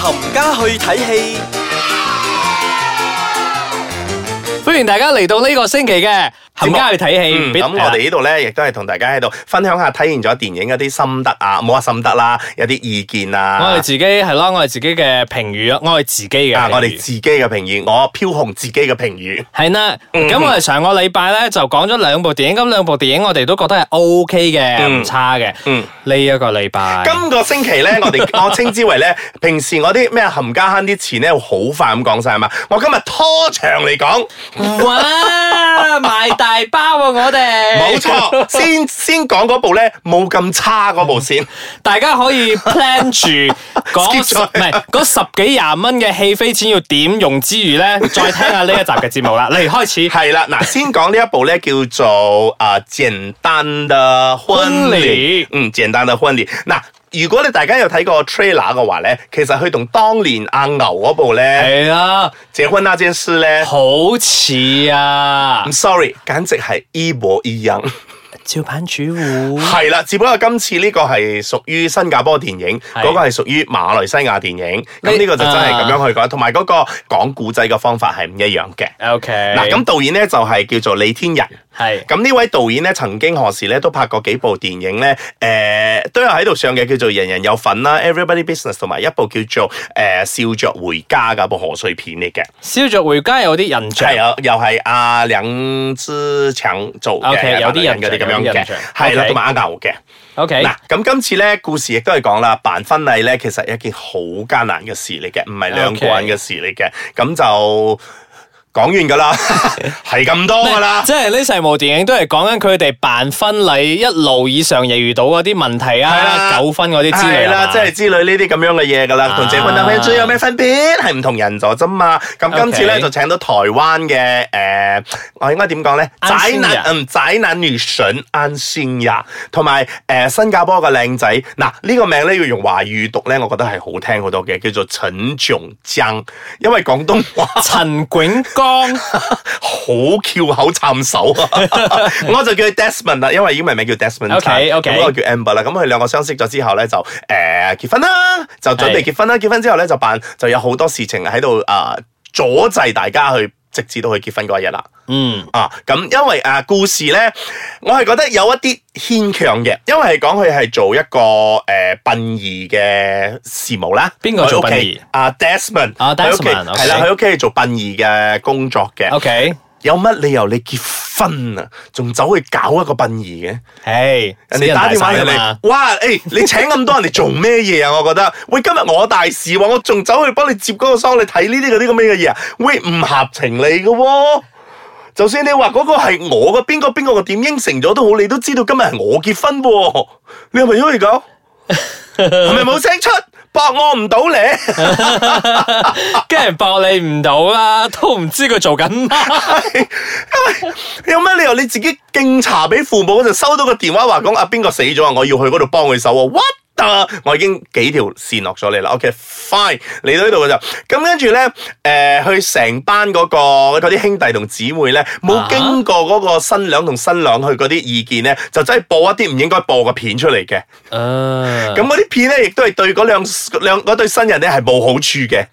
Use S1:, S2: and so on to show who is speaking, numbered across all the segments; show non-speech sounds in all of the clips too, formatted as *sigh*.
S1: 冚家去睇戲，
S2: 歡迎大家嚟到呢個星期嘅冚家去睇
S3: 嗯
S2: 戲。
S3: 咁我哋呢度咧，亦都係同大家喺度分享下睇完咗電影嗰啲心得啊，冇話心得啦，有啲意見啊。
S2: 我哋自己係咯，我哋自己嘅評語啊，我哋自己嘅評
S3: 啊，
S2: 語。
S3: 我哋自己嘅評語，我飄紅自己嘅評語。
S2: 係啦，咁我哋上個禮拜咧就講咗兩部電影，咁兩部電影我哋都覺得係 O K 嘅，
S3: 嗯
S2: 唔差嘅。
S3: 嗯
S2: 呢一個禮拜，
S3: 今個星期咧，
S2: *laughs*
S3: 我哋我稱之為咧，平時我啲咩冚家慳啲錢咧，好快咁講晒嘛。我今日拖長嚟講，
S2: 哇，賣大包啊！我哋
S3: 冇錯，先先講嗰部咧冇咁差嗰部先。
S2: *laughs* 大家可以 plan *laughs* 住嗰
S3: Skip
S2: 十
S3: 咗
S2: 唔係嗰十幾廿蚊嘅戲飛錢要點用之餘咧，再聽下呢一集嘅節目啦。嚟開始。
S3: 係啦，嗱，先講呢一部咧叫做啊、簡單的婚
S2: 婚
S3: 禮
S2: 禮，
S3: 嗯，簡單的婚禮。嗱，如果你大家有睇過 trailer 嘅話咧，其實佢同當年阿牛嗰部
S2: *laughs*
S3: 咧
S2: 係啊，
S3: 結婚那件事
S2: *laughs*
S3: 咧
S2: 好似啊
S3: ，I'm，sorry，簡直係一模一樣。
S2: 照版主户
S3: 係啦，只不過今次呢個係屬於新加坡電影，
S2: 係
S3: 嗰個係屬於馬來西亞電影，咁
S2: 你
S3: 呢個就真係咁
S2: 啊
S3: 樣去講，同埋嗰個講古仔嘅方法係唔一樣嘅。
S2: *laughs* ，OK，
S3: 嗱，咁導演咧就係叫做李天仁。
S2: 係
S3: 咁呢位導演咧，曾經何時咧都拍過幾部電影咧，誒、都有喺度上嘅，叫做《人人有份》啦，《Everybody Business》同埋一部叫做《誒、笑着回家》嘅部賀歲片嚟嘅，
S2: 燒着回家有啲印象
S3: 係，啊有又係阿梁之強做嘅
S2: 啊
S3: 啊
S2: OK，有啲印象
S3: 嗰啲咁
S2: 有啲
S3: 樣
S2: 印
S3: 嘅
S2: 象，
S3: 係啦，
S2: OK
S3: 同埋阿牛嘅。
S2: ，OK，
S3: 嗱，咁今次咧故事亦都係講啦，辦婚禮咧其實係一件好艱難嘅事嚟嘅，唔係兩個人嘅事嚟嘅，咁就講完
S2: *laughs*
S3: 噶啦，係咁多噶啦。
S2: 即係呢成部電影都係講緊佢哋辦婚禮一路以上亦遇到嗰啲問題
S3: 係啦
S2: 啊、糾紛嗰啲之類
S3: 係啦，即係之類呢啲咁樣嘅嘢噶啦，同結婚
S2: 啊
S3: 等婚最有咩分別？係唔同人咗啫嘛。咁今次
S2: OK
S3: 咧就請到台灣嘅誒，我應該點講咧？
S2: 安
S3: 宅
S2: 心
S3: 男
S2: 呀
S3: 嗯，宅男女神安心呀，同埋誒新加坡嘅靚仔嗱，呢個名咧要用華語讀咧，我覺得係好聽好多嘅，叫做陳炯江，因為廣東話
S2: 陳炯江
S3: *laughs* 好翹口撐手
S2: *laughs*
S3: 啊！我就叫佢 Desmond 啦，因為英文名叫 Desmond Tan。
S2: OK，OK
S3: 咁我叫 Amber 啦。咁佢兩個相識咗之後咧，就誒、呃、結婚啦，就準備
S2: 係
S3: 結婚啦。結婚之後咧，就辦就有好多事情喺度啊阻滯大家去，直至到佢結婚嗰一日啦。
S2: 嗯。
S3: 啊，咁因為啊故事咧，我係覺得有一啲牽強嘅，因為係講佢係做一個誒、呃、殯儀嘅事務啦。
S2: 邊個做殯儀
S3: 佢屋企？啊 Desmond。
S2: 啊
S3: 佢屋企
S2: Desmond，
S3: 係啦，
S2: OK
S3: 佢屋企係做殯儀嘅工作嘅。
S2: OK，
S3: 有乜理由你結婚啊，仲走去搞一個殯儀嘅？
S2: 唉，
S3: 人哋打
S2: 啊
S3: 電話
S2: *laughs*
S3: 入嚟，哇！誒、你請咁多人嚟做咩嘢啊？我覺得，喂，今日我大事喎，我仲走去幫你接嗰個喪，你睇呢啲嗰啲咁嘅嘢啊？喂，唔合情理嘅喎。就算你話嗰個係我嘅，邊個邊個我點應承咗都好，你都知道今日係我結婚喎。你係咪因為咁？係咪冇聲出？駁我唔到你。 *laughs*
S2: 跟人爆你唔到啦，都唔知佢做緊
S3: *laughs*
S2: 乜。
S3: 有乜理由你自己敬茶俾父母嗰陣收到個電話話講啊邊個死咗啊，我要去嗰度幫佢手啊，what the？我已經幾條線落咗你啦，OK fine，嚟到呢度嘅就咁跟住咧，誒、去成班嗰、個嗰啲兄弟同姊妹咧，冇
S2: 啊
S3: 經過嗰個新娘同新郎去嗰啲意見咧，就真係播一啲唔應該播嘅片出嚟嘅，
S2: 啊
S3: 咁，嗰啲片咧亦都係對嗰兩兩嗰對新人咧係冇好處嘅。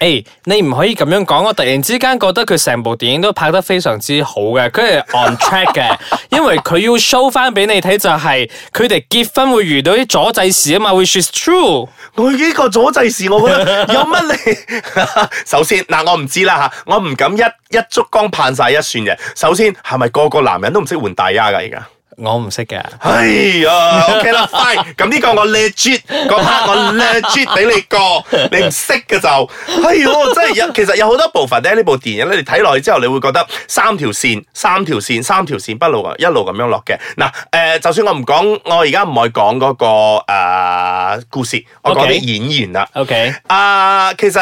S2: 誒，你唔可以咁樣講，我突然之間覺得佢成部電影都拍得非常之好嘅，佢係 on track
S3: *laughs*
S2: 嘅，因為佢要 show 翻俾你睇就係佢哋結婚會遇到啲阻滯事啊嘛，which is true。
S3: 我呢個阻滯事，我覺 *laughs* 得有乜你？首先嗱，我唔知啦嚇，我唔敢一一燭光盼晒一算嘅。首先係咪個個男人都唔識換大丫㗎而家？
S2: 我唔識嘅，
S3: 哎呀，OK *laughs* 啦，fine。咁呢個我 legit，嗰 part 我 legit 俾你過，你唔識嘅就，哎呦，真係有。其實有好多部分咧，呢部電影咧，你睇落去之後，你會覺得三條線、三條線、三條線不路啊一路咁樣落嘅。嗱，誒、呃就算我唔講，我而家唔係講嗰個、呃、故事，我講
S2: OK
S3: 啲演員啦。
S2: OK，
S3: 啊，其實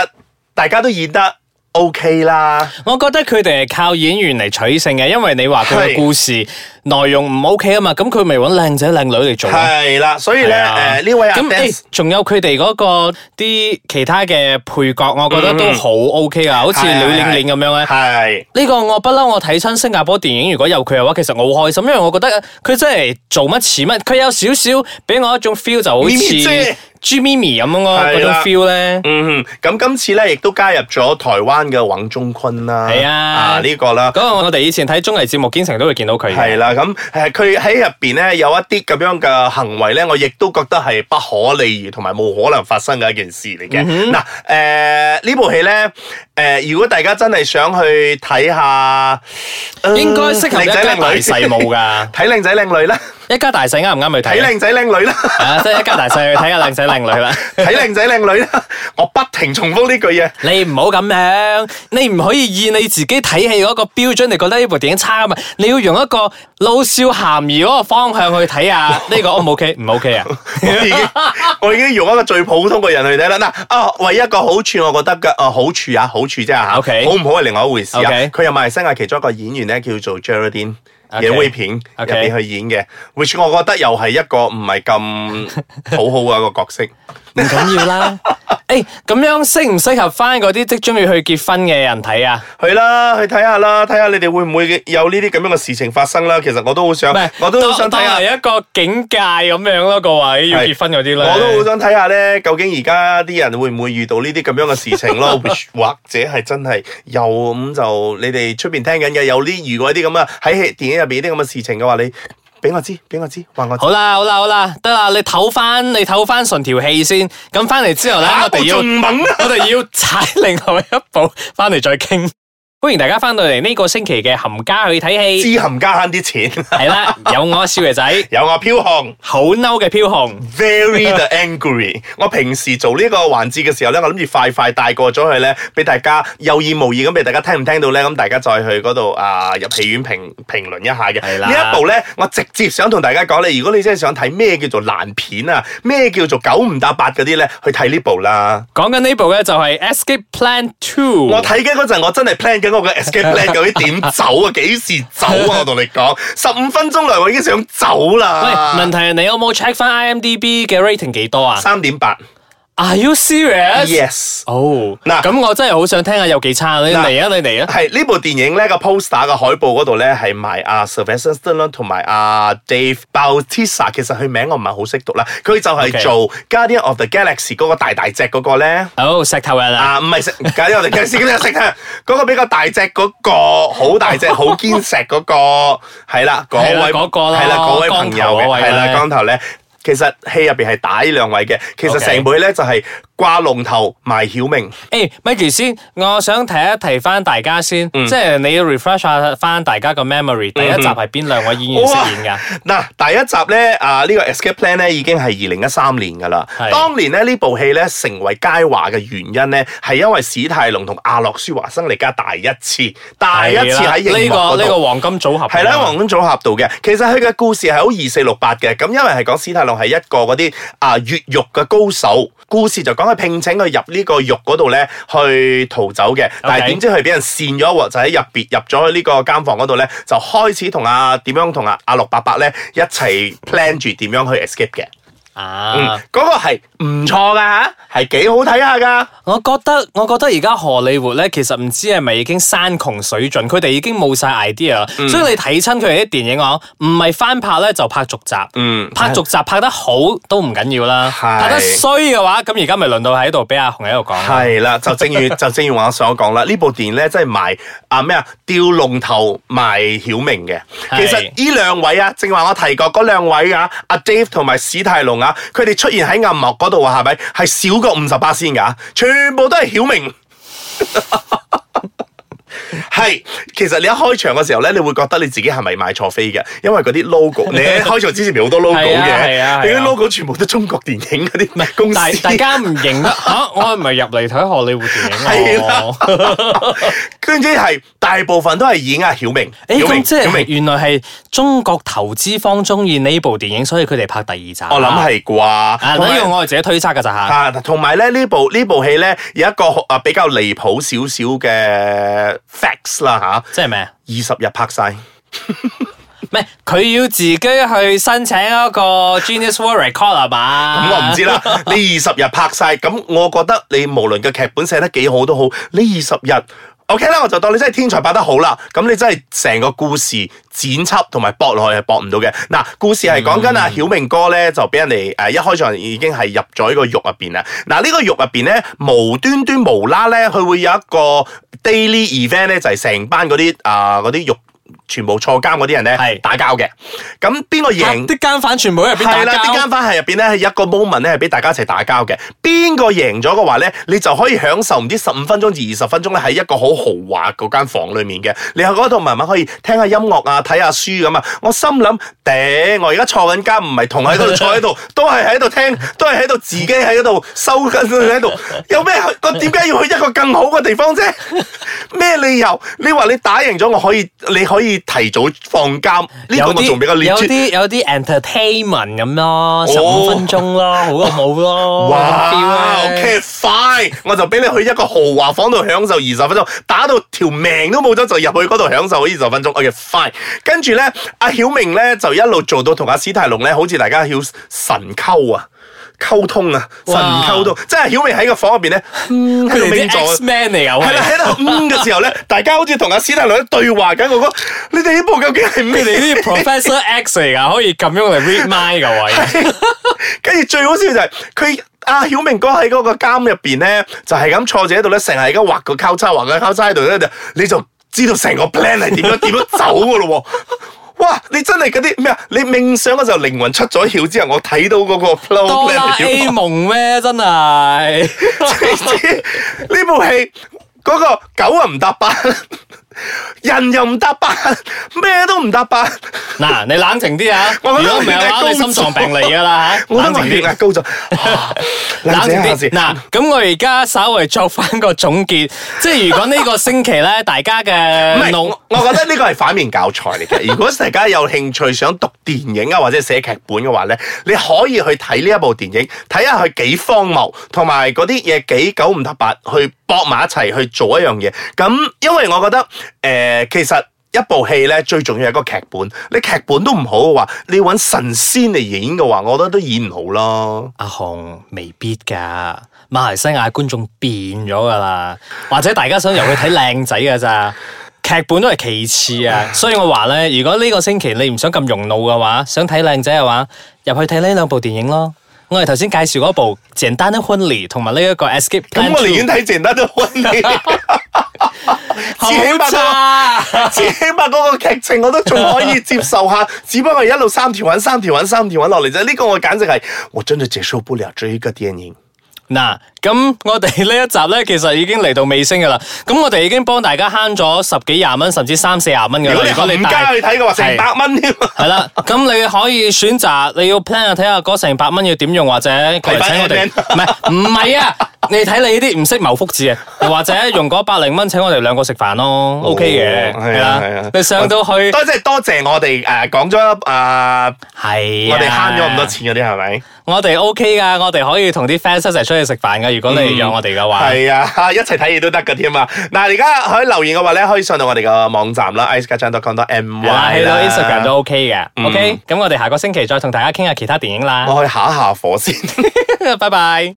S3: 大家都演得 OK 啦，
S2: 我覺得佢哋係靠演員嚟取勝嘅，因為你話佢嘅
S3: 係
S2: 故事內容唔 OK 啊嘛，咁佢咪揾靚仔靚女嚟做咯。
S3: 係啦，所以咧
S2: 係啊
S3: 誒呢位阿
S2: 咁
S3: Dance
S2: 誒，仲有佢哋嗰個啲其他嘅配角，我覺得
S3: 嗯
S2: 都好 OK 啊，好似
S3: 係
S2: 女
S3: 係
S2: 玲
S3: 係
S2: 玲咁樣咧。
S3: 係
S2: 呢個我不嬲，我睇親新加坡電影，如果有佢嘅話，其實我好開心，因為我覺得佢真係做乜似乜，佢有少少俾我一種 feel 就好似
S3: 咪咪姐
S2: 朱咪咪咁樣咯，
S3: 係
S2: 嗰種
S3: 啦
S2: feel 咧。
S3: 嗯，咁今次咧亦都加入咗台灣嘅尹中坤啦，
S2: 係啊
S3: 啊呢個啦
S2: 嗰。個我哋以前睇綜藝節目，經常都會見到佢嘅。
S3: 係啦，咁誒佢喺入邊咧有一啲咁樣嘅行為咧，我亦都覺得係不可理喻同埋冇可能發生嘅一件事嚟
S2: 嗯
S3: 嘅。嗱、誒呢部戲咧，誒、如果大家真係想去睇下，呃
S2: 應該適合一
S3: 靚仔
S2: 家大
S3: 靚女
S2: 細冇
S3: *laughs*
S2: 㗎，
S3: 睇靚仔靚女啦，
S2: 一家大細啱唔啱去
S3: 睇
S2: 睇啊？
S3: 靚仔靚女啦。
S2: 啊，即係一家大細去睇下靚仔靚女
S3: *laughs*
S2: 啦。
S3: 睇靚仔靚女啦， *laughs* 我不停重複呢句
S2: *laughs*
S3: 嘢。
S2: 你唔好咁樣，你唔可以以你自己睇戲嗰個標準嚟覺得呢部電影差啊嘛，你要用一個老少咸宜嗰個方向去睇啊。呢個 O 唔 OK？唔 OK 啊？
S3: 我已經我已經用一個最普通嘅人去睇啦。嗱，啊，唯一一個好處我覺得嘅啊好處啊好處啫嚇
S2: OK
S3: 好唔好係另外一回事啊。
S2: OK
S3: 佢又馬來西亞其中一個演員咧叫做
S2: OK
S3: Geraldine。影威片入
S2: OK
S3: 邊去演嘅，which 我覺得又係一個唔係咁好好嘅一個角
S2: *laughs*
S3: 色。
S2: 唔緊要
S3: *laughs*
S2: 啦。誒，咁樣適唔適合翻嗰啲即將要去結婚嘅人睇啊？
S3: 去啦，去睇下啦，睇下你哋會唔會有呢啲咁樣嘅事情發生啦。其實我都好想
S2: 唔係，，
S3: 啊我都好想睇下
S2: 當。係一個境界咁樣咯，各位要結婚嗰啲咧。
S3: 我都好想睇下咧，究竟而家啲人會唔會遇到呢啲咁樣嘅事情
S2: *laughs*
S3: 咯？which- 或者係真係有咁就你哋出邊聽緊嘅有呢？如果啲咁啊喺戲電影入邊啲咁嘅事情嘅話，你俾我知，俾我知，話我知。
S2: 好啦，好啦，好啦，得啦，你唞翻，你唞翻順條氣先。咁翻嚟之後咧，我哋要
S3: 仲猛啊！
S2: 我哋要踩另外一步，翻嚟再傾。歡迎大家翻到嚟呢個星期嘅冚家去睇
S3: 知
S2: 戲，
S3: 冚家慳啲錢，
S2: 係啦，有我少爺仔，
S3: *laughs* 有啊我飄紅。
S2: 好嬲嘅飄紅。
S3: Very the angry。我平時做呢個環節嘅時候咧，我諗住快快帶過咗去咧，俾大家有意無意咁俾大家聽唔聽到咧，咁大家再去嗰度啊入戲院評評論一下嘅。
S2: 係啦
S3: 呢一部咧，我直接想同大家講咧，如果你真係想睇咩叫做爛片啊，咩叫做九唔搭八嗰啲咧，去睇呢部啦。
S2: 講緊呢部咧就係 Escape Plan Two。
S3: 我睇緊嗰陣，我真係 plan 緊我嘅
S2: *laughs*
S3: escape plan 究竟點走啊，幾時走啊？我同你講，十五分鐘內我已經想走
S2: 喂，問
S3: 啦。
S2: 題係你有冇 check 翻 IMDB 嘅 rating 幾多啊
S3: 三點八
S2: ？Are you serious？
S3: ，yes。
S2: 哦，
S3: 嗱
S2: 咁我真係好想聽下有幾差，你
S3: 嗱
S2: 嚟啊，你嚟啊！
S3: 係呢部電影咧個 poster 嘅海報嗰度咧係埋阿 Sylvester Stallone 同埋阿 Dave Bautista，其實佢名我唔係好識讀啦，佢就
S2: OK
S3: 係做 Guardian of the Galaxy 嗰個大大隻嗰個咧。
S2: 好，石頭人啊！
S3: 啊，唔係食 Guardian of
S2: *laughs*
S3: the Galaxy 嗰啲識嘅，嗰個比較大隻嗰、個，好大
S2: *laughs*
S3: 隻，好堅石嗰、個，係啦，嗰
S2: 係啦
S3: 位
S2: 嗰個啦
S3: 係啦，嗰位
S2: 光
S3: 朋
S2: 頭
S3: 友
S2: 嗰位
S3: 嘅，係啦，
S2: 咧
S3: 光頭咧。其實戲入邊係打呢兩位嘅，其實
S2: OK
S3: 成部戲咧就係掛龍頭埋曉明。
S2: 誒，咪住先，我想提一提翻大家先，即係你要 refresh à, 下翻大家個 memory，第一集係邊兩位演員飾演㗎？
S3: 嗱，第一集咧，啊呢、個 Escape Plan 咧已經係二零一三年噶啦
S2: 係。
S3: 當年咧呢部戲咧成為佳話嘅原因咧，係因為史泰龍同阿諾舒華生力加第一次，第一次喺
S2: 呢
S3: 熒幕
S2: 個呢
S3: 嗰
S2: 個
S3: 度。
S2: 黃金組合
S3: 係啦，黃金組合度嘅，其實佢嘅故事係好二四六八嘅，咁因為係講史泰龍係一個嗰啲啊越獄嘅高手，故事就講佢聘請佢入呢個獄嗰度咧去逃走嘅，但係點知佢俾人扇咗一鑊，就喺入別入咗去呢個監房嗰度咧，就開始同阿點樣同阿阿六伯伯咧一齊 plan 住點樣去 escape 嘅，嗯
S2: 啊！，
S3: 嗰、個係唔錯噶嚇，係幾好睇下噶。
S2: 我覺得我覺得而家荷里活咧，其實唔知係咪已經山窮水盡，佢哋已經冇晒 idea 啦。
S3: 嗯
S2: 所以你睇親佢哋啲電影我唔係翻拍咧就拍續集。
S3: 嗯
S2: 拍續集拍得好都唔緊要啦，
S3: 係
S2: 拍得衰嘅話，咁而家咪輪到喺度俾阿紅喺度講啦。
S3: 係啦，就
S2: *laughs*
S3: 正如就正如我所講啦，呢部電影咧真係賣啊咩啊，吊龍頭賣曉明嘅。
S2: 係
S3: 其實呢兩位啊，正話我提過嗰兩位啊，阿 Dave 同埋史泰龍啊，佢哋出現喺暗幕嗰度啊，係咪係少過五十八先㗎？全部都係曉明。 *laughs* 係，其實你一開場嘅時候咧，你會覺得你自己係咪買錯飛嘅？因為嗰啲 logo，你喺開場之前咪好多 logo
S2: 係啊係啊係啊
S3: 嘅，你啲 logo 全部都中國電影嗰啲公司。
S2: 但
S3: *laughs*
S2: 係大家唔認得吓，我唔係入嚟睇荷里活電
S3: 係
S2: 影啊
S3: 啦
S2: 喎。，哦
S3: *laughs* 跟住係大部分都係演阿曉明，
S2: 誒，
S3: 曉
S2: 咁
S3: 明，
S2: 即
S3: 曉
S2: 係
S3: 明。
S2: 原來係中國投資方中意呢部電影，所以佢哋拍第二集。
S3: 我諗係
S2: 啊，
S3: 啩，
S2: 呢
S3: 同
S2: 個
S3: 埋
S2: 我係自己推測㗎咋吓。
S3: 啊，同埋咧呢部呢部戲咧有一個啊比較離譜少少嘅 facts 啦
S2: 即係咩？啊
S3: 吓，二十日拍晒，
S2: 唔係佢要自己去申請一個 Genius World Record 啊嘛？
S3: 咁我唔知啦。呢二十日拍晒，咁我覺得你無論個劇本寫得幾好都好，呢二十日 OK 啦，我就當你真係天才拍得好啦。咁你真係成個故事剪輯同埋駁落去係駁唔到嘅。嗱，故事係講緊阿曉明哥咧，就俾人哋呃誒一開場已經係入咗呢個獄入邊啦。嗱，呢個獄入邊咧，無端端無啦咧，佢會有一個 daily event 咧，就係成班嗰啲啊嗰啲獄全部坐監嗰啲人咧
S2: 係
S3: 打交嘅。咁邊個贏？
S2: 啲奸犯全部喺入邊打
S3: 係啦，啲
S2: 交
S3: 間。翻係入邊咧係一個 moment 咧係俾大家一齊打交嘅，邊個贏咗嘅話咧，你就可以享受唔知十五分鐘至二十分鐘咧喺一個好豪華嗰間房裡面嘅，你喺嗰度慢慢可以聽下音樂啊，睇下書咁啊。我心諗，頂，我而家坐緊監，唔係同喺嗰度坐
S2: *laughs*
S3: 喺度，都係喺度聽，都係喺度自己喺嗰度收緊喺度，有咩？我點解要去一個更好嘅地方啫？
S2: *laughs*
S3: 咩理由？你話你打贏咗，我可以，你可以提早放監，呢、個我仲比較
S2: 有
S3: legit
S2: 啲有啲 entertainment 咁咯，十五分鐘咯，好過冇咯。咁 feel
S3: 哇
S2: 啊
S3: ，OK，快！我就俾你去一個豪華房度享受二十分鐘，打到條命都冇咗就入去嗰度享受二十分鐘。OK，快！跟住咧，阿曉明咧就一路做到同阿史泰龍咧，好似大家曉神溝啊！溝通啊，神
S2: 哇
S3: 溝通，即係曉明喺個房入邊咧，
S2: *laughs*
S3: 嗯，喺
S2: 佢
S3: 度
S2: 哋
S3: 拎
S2: 啲
S3: 咗
S2: X。Man 嚟㗎，
S3: 係啦，
S2: 喂
S3: 喺度嗯嘅時候咧，大家好似同阿史泰龍喺度對話緊，我覺得你哋呢部究竟係咩
S2: 佢
S3: 嚟？
S2: *laughs* 哋
S3: *laughs*
S2: 啲 Professor X 嚟㗎，可以咁樣嚟 read mind 㗎喂。
S3: *laughs* 跟住最好笑就係佢阿曉明哥喺嗰個監入邊咧，就係咁坐住喺度咧，成日而家畫個交叉，畫個交叉喺度咧，就你就知道成個 plan 係
S2: *laughs*
S3: 點樣點樣走噶咯喎！哇！你真係嗰啲咩啊？你冥想嗰時候靈魂出咗竅之後，我睇到嗰個 flow
S2: 哆
S3: plan
S2: 啦
S3: 係點
S2: A
S3: *laughs*
S2: 夢咩？真係
S3: 呢部戲嗰、個狗又唔搭八， *laughs* 人又唔搭八，咩都唔搭八。
S2: 嗱，你冷靜啲啊！如
S3: 我
S2: 果
S3: 覺得
S2: 唔係嘅話，
S3: 我血壓
S2: 你心臟病嚟㗎啦嚇，
S3: 我覺
S2: 冷
S3: 得我
S2: 靜
S3: 血
S2: 啲
S3: 壓。高咗，
S2: *laughs*
S3: 啊冷
S2: 冷
S3: 靜
S2: 靜
S3: 下
S2: 啲
S3: 先。
S2: 嗱，咁我而家稍微作翻個總結， *laughs* 即係如果呢個星期
S3: *laughs*
S2: 咧，大家
S3: 唔
S2: 嘅
S3: 係，
S2: 腦
S3: 我我覺得呢個係反面教材嚟 *laughs* 嘅。如果大家有興趣想讀電影啊，或者寫劇本嘅話咧，你可以去睇呢一部電影，睇下佢幾荒謬，同埋嗰啲嘢幾九唔搭八，去搏埋一齊去做一樣嘢。咁因為我覺得誒、呃其實。一部戲咧最重要係一個劇本，你劇本都唔好嘅話，你揾神仙嚟演嘅話，我覺得都演唔好 *laughs* 咯。
S2: 阿紅未必㗎，馬來西亞觀眾變咗㗎啦，或者大家想由佢睇靚仔㗎咋。劇本都係其次
S3: 嗯
S2: 啊，所以我話咧，如果呢個星期你唔想咁用腦嘅話，想睇靚仔嘅話，入去睇呢兩部電影咯。我哋頭先介紹嗰部《簡單的婚禮》同埋呢一個《Escape
S3: 咁
S2: Plan
S3: 我
S2: Two
S3: 寧願睇鄭德都揾你。
S2: 好
S3: 自己拍拖
S2: 差
S3: 最起碼嗰個劇情我都仲可以接受下，只不過係一路三條揾三條揾三條揾落嚟啫。呢、個我簡直係我真係接受不了這一個電影。
S2: 嗱，咁我哋呢一集咧，其實已經嚟到尾聲噶啦。咁我哋已經幫大家慳咗十幾廿蚊，甚至三四廿蚊噶
S3: 如
S2: 啦
S3: 果。你冚家去睇嘅話，成百蚊添。
S2: 系啦，咁你可以選擇你要 plan 下睇下嗰成百蚊要點用，或者佢嚟請我哋，
S3: 提翻
S2: 唔係唔係
S3: *laughs*
S2: 啊？你睇你呢啲唔識謀福字啊，又或者用嗰百零蚊請我哋兩個食飯咯，OK 嘅，
S3: 係啊
S2: 係
S3: 係啊
S2: 啦，你上到去
S3: 多謝多謝我哋誒講咗誒，
S2: 係
S3: 我哋慳咗咁多
S2: 錢。
S3: 錢嗰啲係咪？
S2: 啊我哋 OK 噶，我哋可以同啲 fans 一齊出去食飯噶。如果
S3: 嗯
S2: 你約我哋嘅話，
S3: 係啊，一齊睇嘢都得㗎添啊！嗱，而家可以留言嘅話咧，可以上到我哋嘅網站啦 i c e k a c h a n c o m m
S2: 係啦
S3: y
S2: 去到
S3: 啦
S2: Instagram 都 OK 嘅。OK，咁我哋下個星期再同大家傾下其他電影啦。
S3: 我去下一下火先。
S2: *laughs* 拜拜。